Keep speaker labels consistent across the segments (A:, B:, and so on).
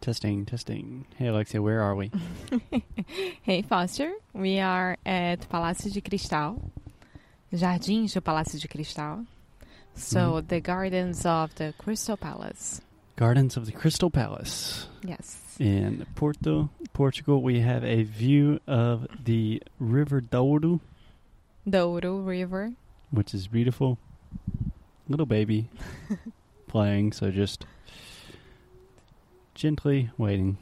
A: Testing, testing. Hey, Alexia, where are we?
B: Hey Foster, we are at Palácio de Cristal, Jardins do Palácio de Cristal. So the gardens of the Crystal Palace.
A: Gardens of the Crystal Palace
B: Yes.
A: in Porto, Portugal. We have a view of the River Douro,
B: Douro River.
A: which is beautiful. Little baby playing, so just gently waiting.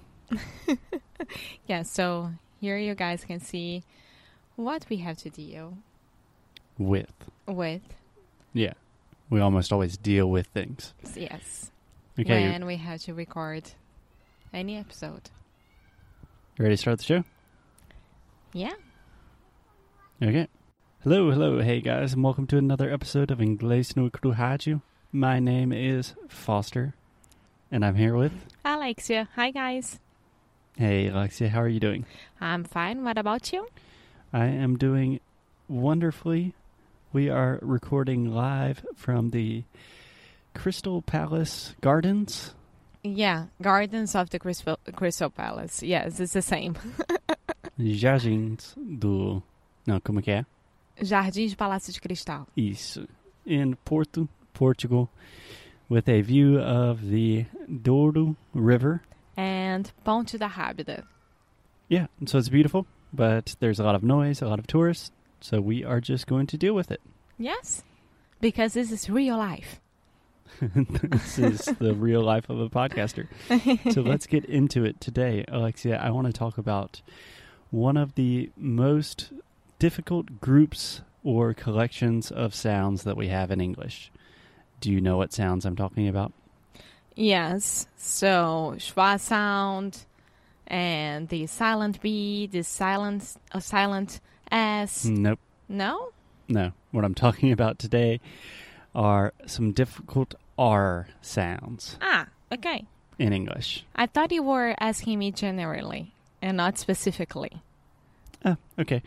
B: Yeah, so here you guys can see what we have to deal
A: With
B: with.
A: yeah, we almost always deal with things.
B: Yes.
A: Okay,
B: When we have to record any episode.
A: you ready to start the show?
B: Yeah.
A: Okay. Hello, hello, hey guys, and welcome to another episode of Inglês no Cruhaju. My name is Foster, and I'm here with.
B: Alexia, hi guys.
A: Hey, Alexia, how are you doing?
B: I'm fine. What about you?
A: I am doing wonderfully. We are recording live from the Crystal Palace Gardens.
B: Yeah, Gardens of the Crystal, Crystal Palace. Yes, it's the same.
A: Jardins do. Não, como é que é?
B: Jardins do Palácio de Cristal.
A: Isso. In Porto, Portugal, with a view of the Douro River.
B: And Ponte da Rábida.
A: Yeah, so it's beautiful, but there's a lot of noise, a lot of tourists, so we are just going to deal with it.
B: Yes, because this is real life.
A: this is the real life of a podcaster. So let's get into it today, Alexia. I want to talk about one of the most difficult groups or collections of sounds that we have in English. Do you know what sounds I'm talking about?
B: Yes, so schwa sound and the silent B, the silent, uh, silent S.
A: Nope.
B: No?
A: No. What I'm talking about today are some difficult R sounds
B: Ah, okay.
A: in English.
B: I thought you were asking me generally and not specifically.
A: Oh, okay.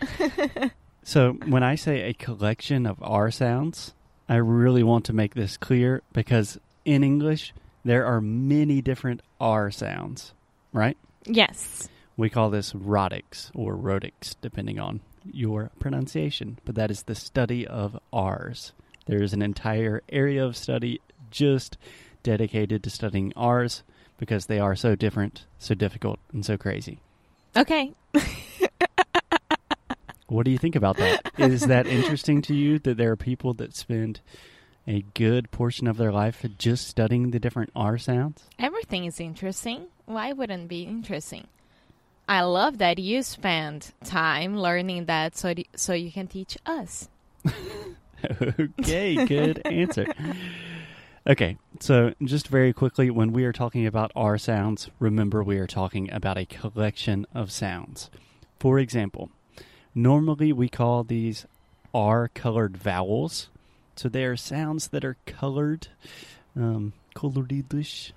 A: so when I say a collection of R sounds, I really want to make this clear because in English, there are many different R sounds, right?
B: Yes.
A: We call this rhotics or rhotics, depending on your pronunciation, but that is the study of R's. There is an entire area of study just dedicated to studying R's because they are so different, so difficult, and so crazy.
B: Okay.
A: What do you think about that? Is that interesting to you that there are people that spend a good portion of their life just studying the different R sounds?
B: Everything is interesting. Why wouldn't be interesting? I love that you spend time learning that so, th- so you can teach us.
A: okay, good answer. Okay, so just very quickly, when we are talking about R sounds, remember we are talking about a collection of sounds. For example, normally we call these R colored vowels. So they are sounds that are colored, um, coloridos,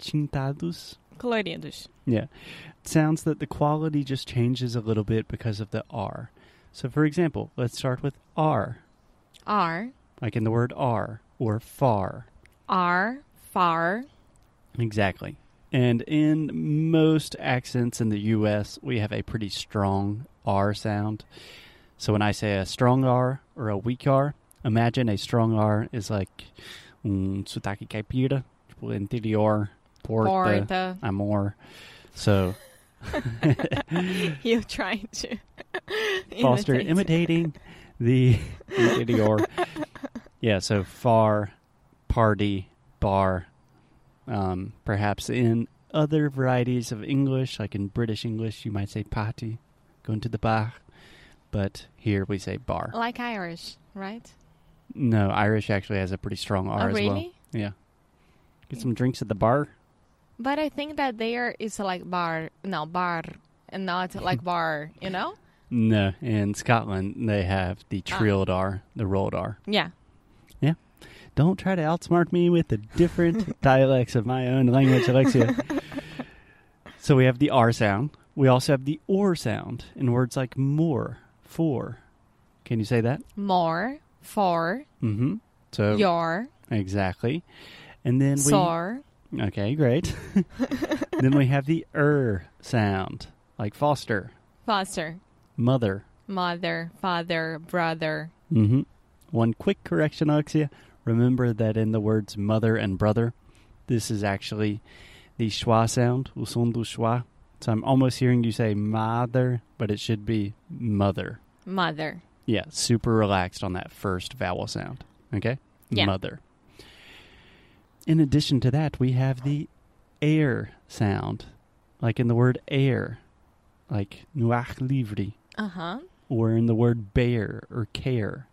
A: tintados.
B: Coloridos.
A: Yeah. Sounds that the quality just changes a little bit because of the R. So, for example, let's start with R,
B: Are,
A: like in the word R or far.
B: are, far.
A: Exactly. And in most accents in the US, we have a pretty strong R sound. So, when I say a strong R or a weak R, imagine a strong R is like um, sotaque caipira, tipo interior, porta,
B: Porta.
A: amor. So,
B: You're trying to
A: Foster
B: imitate.
A: imitating the idior. yeah, so far, party, bar. Um, perhaps in other varieties of English, like in British English, you might say party, going to the bar. But here we say bar.
B: Like Irish, right?
A: No, Irish actually has a pretty strong R
B: oh,
A: as
B: really?
A: well. Yeah. Get some drinks at the bar.
B: But I think that there is like bar, no, bar, and not like bar, you know?
A: No, in Scotland they have the
B: Ah.
A: trilled R, the rolled R.
B: Yeah.
A: Don't try to outsmart me with the different dialects of my own language, Alexia. so we have the R sound. We also have the OR sound in words like more, for. Can you say that?
B: More, for,
A: Mm hmm. So,
B: your,
A: exactly. And then we.
B: sore,
A: Okay, great. then we have the er sound, like foster,
B: Foster.
A: mother.
B: Mother, father, brother.
A: hmm One quick correction, Alexia. Remember that in the words mother and brother, this is actually the schwa sound, o som do schwa. So I'm almost hearing you say mother, but it should be mother.
B: Mother.
A: Yeah, super relaxed on that first vowel sound. Okay?
B: Yeah.
A: Mother. In addition to that, we have the air sound, like in the word air, like nuach livri,
B: Uh huh.
A: or in the word bear or care.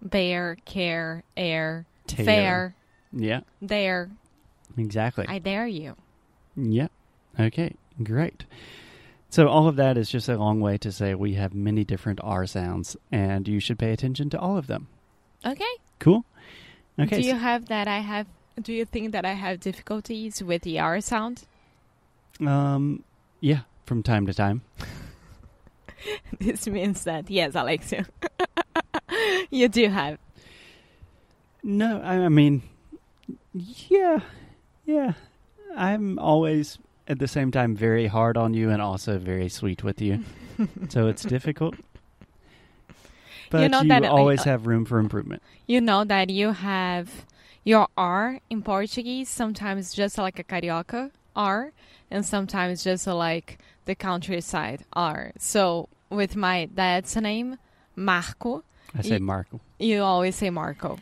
B: Bear, care, air,
A: tear.
B: fair,
A: Yeah,
B: there.
A: exactly.
B: I dare you.
A: Yeah. Okay, great. So, all of that is just a long way to say we have many different R sounds, and you should pay attention to all of them.
B: Okay.
A: Cool? Okay.
B: Do you
A: so-
B: have that I have do you think that I have difficulties with the R sound?
A: Um, yeah, from time to time.
B: this means that yes, Alexia. you do have.
A: No, I, I mean, yeah, yeah. I'm always at the same time very hard on you and also very sweet with you, so it's difficult. But you,
B: know that uh, I-
A: always have room for improvement.
B: You know that you have your R in Portuguese sometimes just like a carioca R and sometimes just like the countryside R. So with my dad's name, Marco,
A: I say
B: Y-
A: Marco.
B: you always say Marco.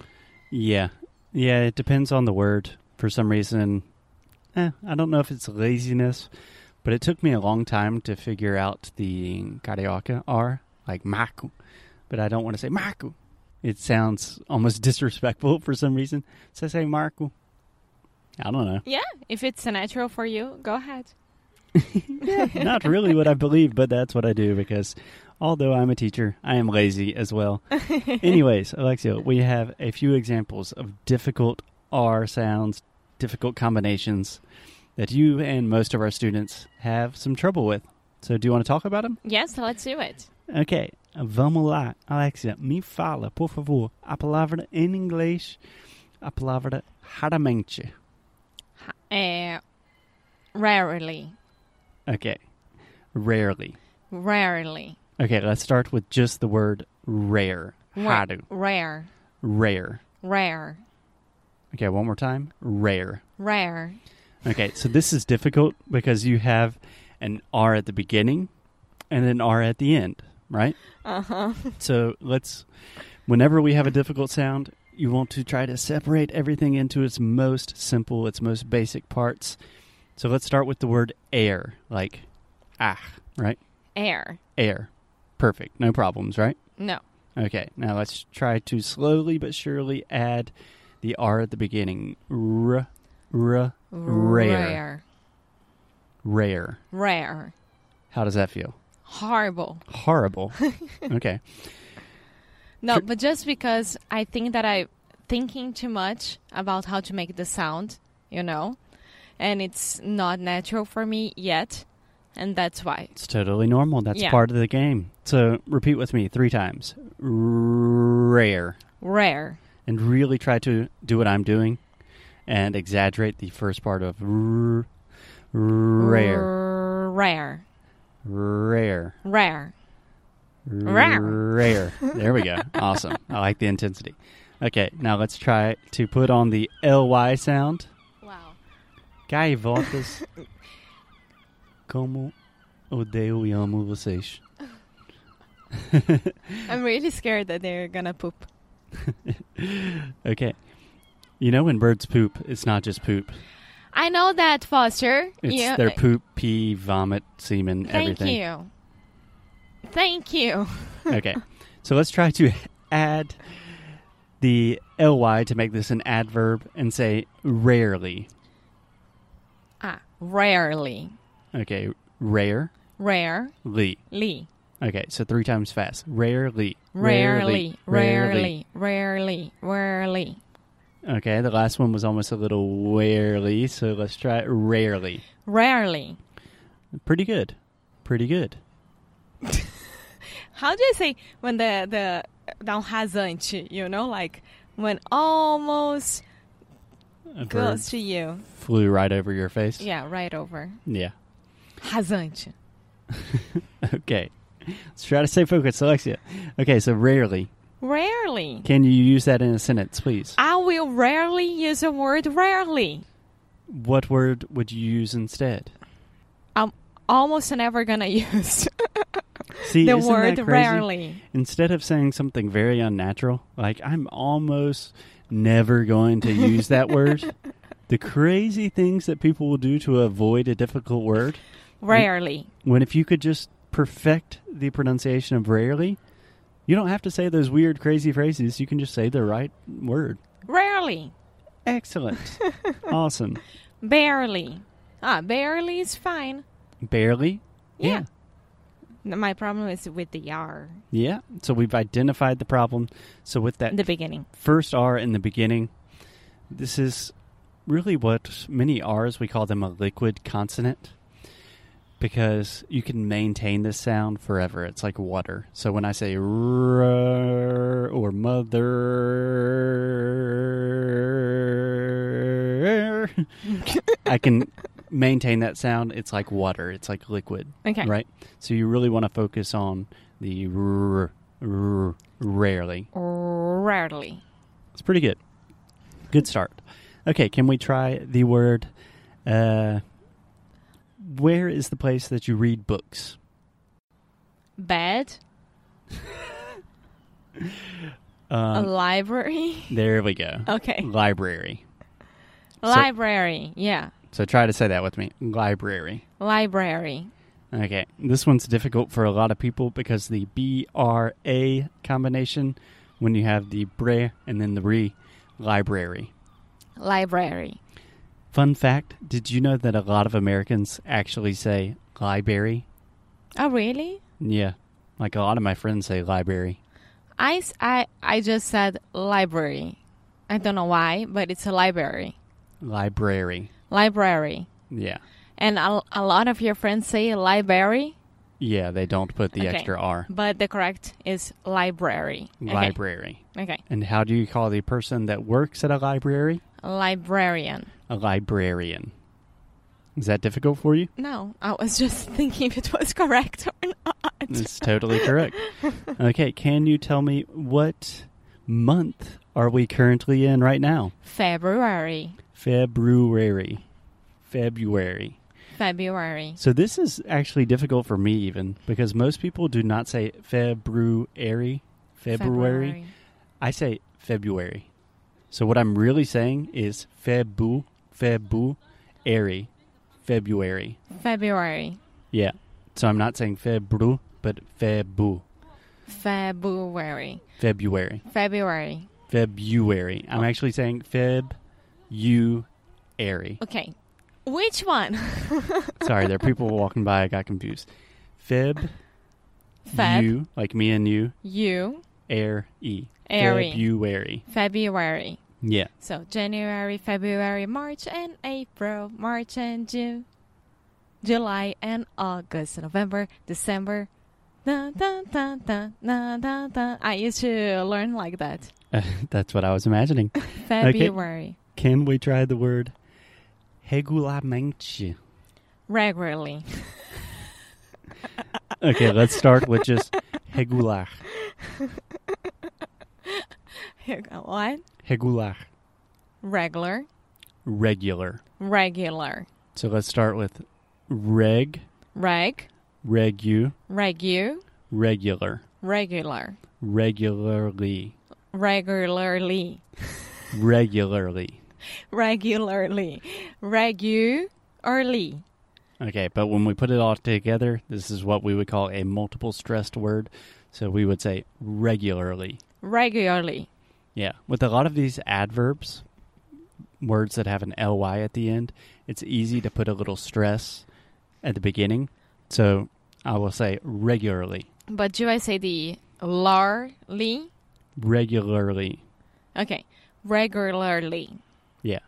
A: Yeah, yeah. It depends on the word. For some reason, eh, I don't know if it's laziness, but it took me a long time to figure out the carioca R, like maku. But I don't want to say maku. It sounds almost disrespectful for some reason. So I say marku. I don't know.
B: Yeah, if it's natural for you, go ahead.
A: Not really what I believe, but that's what I do because although I'm a teacher, I am lazy as well. Anyways, Alexia, we have a few examples of difficult R sounds, difficult combinations that you and most of our students have some trouble with. So, do you want to talk about them?
B: Yes, let's do it.
A: Okay. Vamos lá, Alexia, me fala, por favor, a palavra em inglês, a palavra raramente.
B: Uh, rarely,
A: Okay. Rarely.
B: rarely,
A: Okay, let's start with just the word rare.
B: Ra-
A: Raro.
B: rare,
A: Rare.
B: rare,
A: Okay, one more time. Rare.
B: rare.
A: Okay, so this is difficult because you have an R at the beginning and an R at the end, right?
B: Uh huh.
A: So let's, whenever we have a difficult sound, you want to try to separate everything into its most simple, its most basic parts. So let's start with the word air, like ah, right?
B: Air.
A: Air. Perfect. No problems, right?
B: No.
A: Okay, now let's try to slowly but surely add the R at the beginning. R, r, Rare.
B: Rare.
A: rare.
B: Rare.
A: How does that feel?
B: Horrible.
A: Horrible. okay.
B: No,
A: Sure.
B: but just because I think that I'm thinking too much about how to make the sound, you know, and it's not natural for me yet, and that's why.
A: It's totally normal. That's
B: Yeah.
A: part of the game. So repeat with me three times. Rare.
B: Rare.
A: And really try to do what I'm doing and exaggerate the first part of r. Rare.
B: Rare.
A: Rare.
B: Rare. Rare.
A: Rare. There we go. Awesome. I like the intensity. Okay, now let's try to put on the ly sound.
B: Wow.
A: Gaivotas. Como odeio e amo vocês.
B: I'm really scared that they're gonna poop.
A: Okay. You know when birds poop, it's not just poop.
B: I know that, Foster.
A: It's
B: You- eh,
A: their poop, pee, vomit, semen,
B: Thank
A: everything.
B: you. Thank you.
A: okay. So let's try to add the ly to make this an adverb and say rarely.
B: Ah, rarely.
A: Okay, rarely.
B: Rarely.
A: Okay, so three times fast. Rarely.
B: Rarely. Rarely. Rarely. Rarely.
A: Okay, the last one was almost a little rarely, so let's try it rarely.
B: Rarely.
A: Pretty good. Pretty good.
B: How do you say when the the dá um rasante, you know, like when almost
A: A bird
B: Goes to you.
A: flew right over your face.
B: Yeah, right over.
A: Yeah.
B: Rasante.
A: Okay. Let's try to stay focused, Alexia. Okay, so rarely.
B: Rarely.
A: Can you use that in a sentence, please?
B: I will rarely use the word rarely.
A: What word would you use instead?
B: I'm almost never gonna use
A: See,
B: the
A: isn't
B: word
A: that crazy?
B: rarely.
A: Instead of saying something very unnatural, like I'm almost never going to use that word, the crazy things that people will do to avoid a difficult word,
B: Rarely.
A: when if you could just perfect the pronunciation of rarely, you don't have to say those weird, crazy phrases. You can just say the right word.
B: Rarely.
A: Excellent. awesome.
B: Barely. Ah, barely is fine.
A: Barely.
B: Yeah. N- My problem is with the R
A: Yeah. So we've identified the problem. So with that
B: in the beginning.
A: first R in the beginning, this is really what many R's we call them a liquid consonant because you can maintain this sound forever. It's like water. So when I say r or mother, I can maintain that sound. It's like water. It's like liquid.
B: Okay.
A: Right. So you really want to focus on the r, r rarely.
B: Rarely.
A: It's pretty good. Good start. Okay, can we try the word? Uh, where is the place that you read books?
B: Bed. a
A: Um,
B: library.
A: there we go.
B: Oh. Okay.
A: Library. So-
B: Library. Yeah.
A: So try to say that with me. Library.
B: Library.
A: Okay, this one's difficult for a lot of people because the B R A combination, when you have the bre and then the re, library.
B: Library.
A: Fun fact did you know that a lot of Americans actually say library?
B: Oh, really?
A: Yeah, like a lot of my friends say library.
B: I, s- I, I just said library. I don't know why, but it's a library.
A: Library.
B: Library.
A: Yeah.
B: And a, a lot of your friends say library,
A: Yeah, they don't put the
B: Okay.
A: extra R.
B: but the correct is library. Okay.
A: Library.
B: Okay.
A: And how do you call the person that works at a library?
B: Librarian.
A: A librarian. Is that difficult for you?
B: No, I was just thinking if it was correct or not.
A: That's totally correct. Okay, can you tell me what month are we currently in right now?
B: February.
A: February. February.
B: February.
A: So this is actually difficult for me even because most people do not say February. February. I say February. So what I'm really saying is Febu, Febu, airy, February.
B: February.
A: Yeah. So I'm not saying Febru, but Febu,
B: February.
A: February,
B: February.
A: February. I'm actually saying Feb, you, airy.
B: Okay. Which one?
A: Sorry, there are people walking by. I got confused. Feb,
B: Feb.
A: you, like me and you,
B: You.
A: air, e,
B: Airy.
A: February.
B: February.
A: Yeah.
B: So January, February, March and April, March and June, July and August, November, December. Dun, dun, dun, dun, dun, dun, dun. I used to learn like that.
A: That's what I was imagining.
B: February.
A: Can we try the word regularmente?
B: Regularly.
A: Okay, let's start with just regular.
B: what?
A: Regular.
B: Regular.
A: Regular.
B: Regular.
A: So let's start with reg,
B: Reg.
A: regu,
B: Regu.
A: regular.
B: Regular.
A: Regularly.
B: Regularly.
A: Regularly.
B: Regularly. Regularly.
A: Okay, but when we put it all together, this is what we would call a multiple stressed word. So we would say regularly.
B: Regularly.
A: Yeah. With a lot of these adverbs, words that have an ly at the end, it's easy to put a little stress at the beginning. So I will say regularly,
B: But do I say the larly?
A: regularly.
B: Okay. Regularly.
A: Yeah.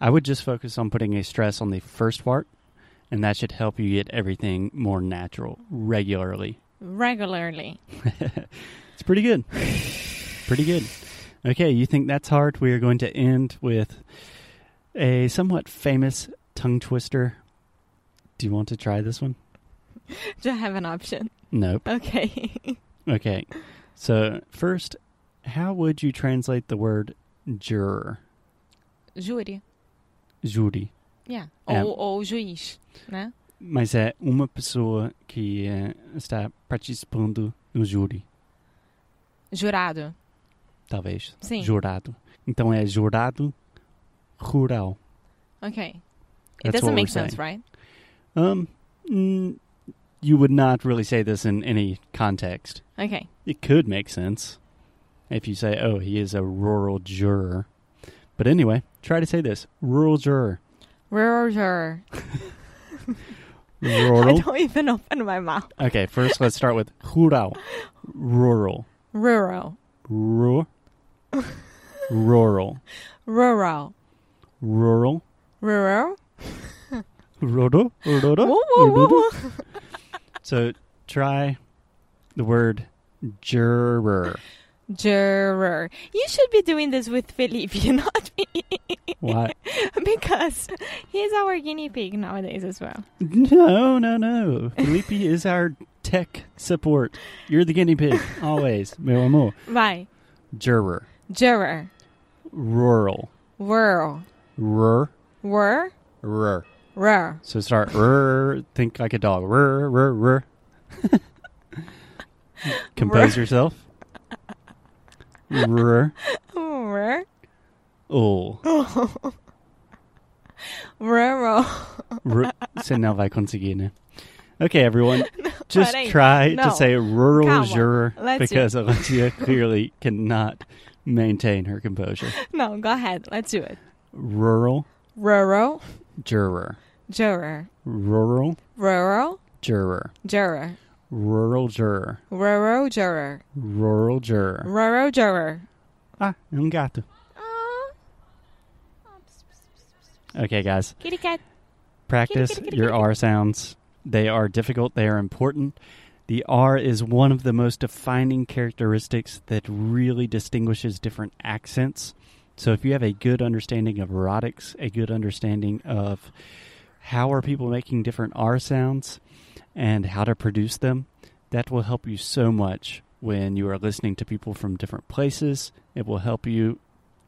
A: I would just focus on putting a stress on the first part, and that should help you get everything more natural regularly.
B: Regularly.
A: It's pretty good. pretty good. Okay, you think that's hard? We are going to end with A somewhat famous tongue twister. Do you want to try this one?
B: Do I have an option?
A: Nope.
B: Uh. Okay.
A: Okay. So, first, how would you translate the word juror?
B: Júri.
A: Júri.
B: Yeah.
A: É.
B: Ou, ou juiz, né?
A: Mas é uma pessoa que eh, está participando no júri,
B: Jurado.
A: talvez.
B: Sim.
A: Jurado. Então é jurado rural.
B: Okay. It
A: That's
B: doesn't
A: what
B: make
A: we're saying.
B: sense, right?
A: Um, mm, you would not really say this in any context.
B: Okay.
A: It could make sense if you say, "Oh, he is a rural juror." But anyway, try to say this: rural juror,
B: Rural juror. I
A: rural.
B: don't even open my mouth.
A: okay, first let's start with rural, rural,
B: Rural.
A: rural, rural,
B: Rural.
A: rural,
B: Rural.
A: rural, rural.
B: Woo, woo, woo, woo.
A: So try the word juror.
B: Juror. You should be doing this with Felipe, not me,
A: Why?
B: because he's our guinea pig nowadays as well.
A: No, no, no. Felipe is our tech support. You're the guinea pig always. Meu amor.
B: Vai.
A: Juror.
B: Juror.
A: rural.
B: Rural.
A: Rur.
B: Were.
A: Rur.
B: Rur.
A: So start rur, think like a dog. Rur, rur, rur. Compose yourself. Rur.
B: Rur.
A: Oh.
B: Rural.
A: Ru- Você não vai conseguir, né? Okay, everyone. Just
B: peraí.
A: try
B: No.
A: to say rural
B: Calma.
A: juror
B: Let's see.
A: because Alexia clearly cannot maintain her composure.
B: No, go ahead. Let's do it.
A: Rural
B: Rural.
A: juror.
B: Juror.
A: Rural
B: Rural.
A: juror.
B: Juror.
A: Rural juror.
B: Rural juror.
A: Rural juror.
B: Rural juror.
A: Ah, é um gato. Okay, guys.
B: Kitty cat.
A: Practice
B: Kitty, kitty,
A: your R sounds. They are difficult, they are important. The R is one of the most defining characteristics that really distinguishes different accents. So if you have a good understanding of erotics, a good understanding of how are people making different R sounds and how to produce them, that will help you so much when you are listening to people from different places. It will help you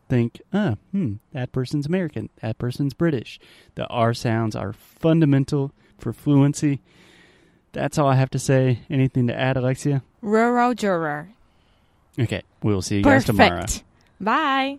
A: think, ah, hmm, that person's American, that person's British. The R sounds are fundamental for fluency. That's all I have to say. Anything to add, Alexia?
B: Rural juror.
A: Okay, we'll see you guys tomorrow.
B: Perfect. Bye.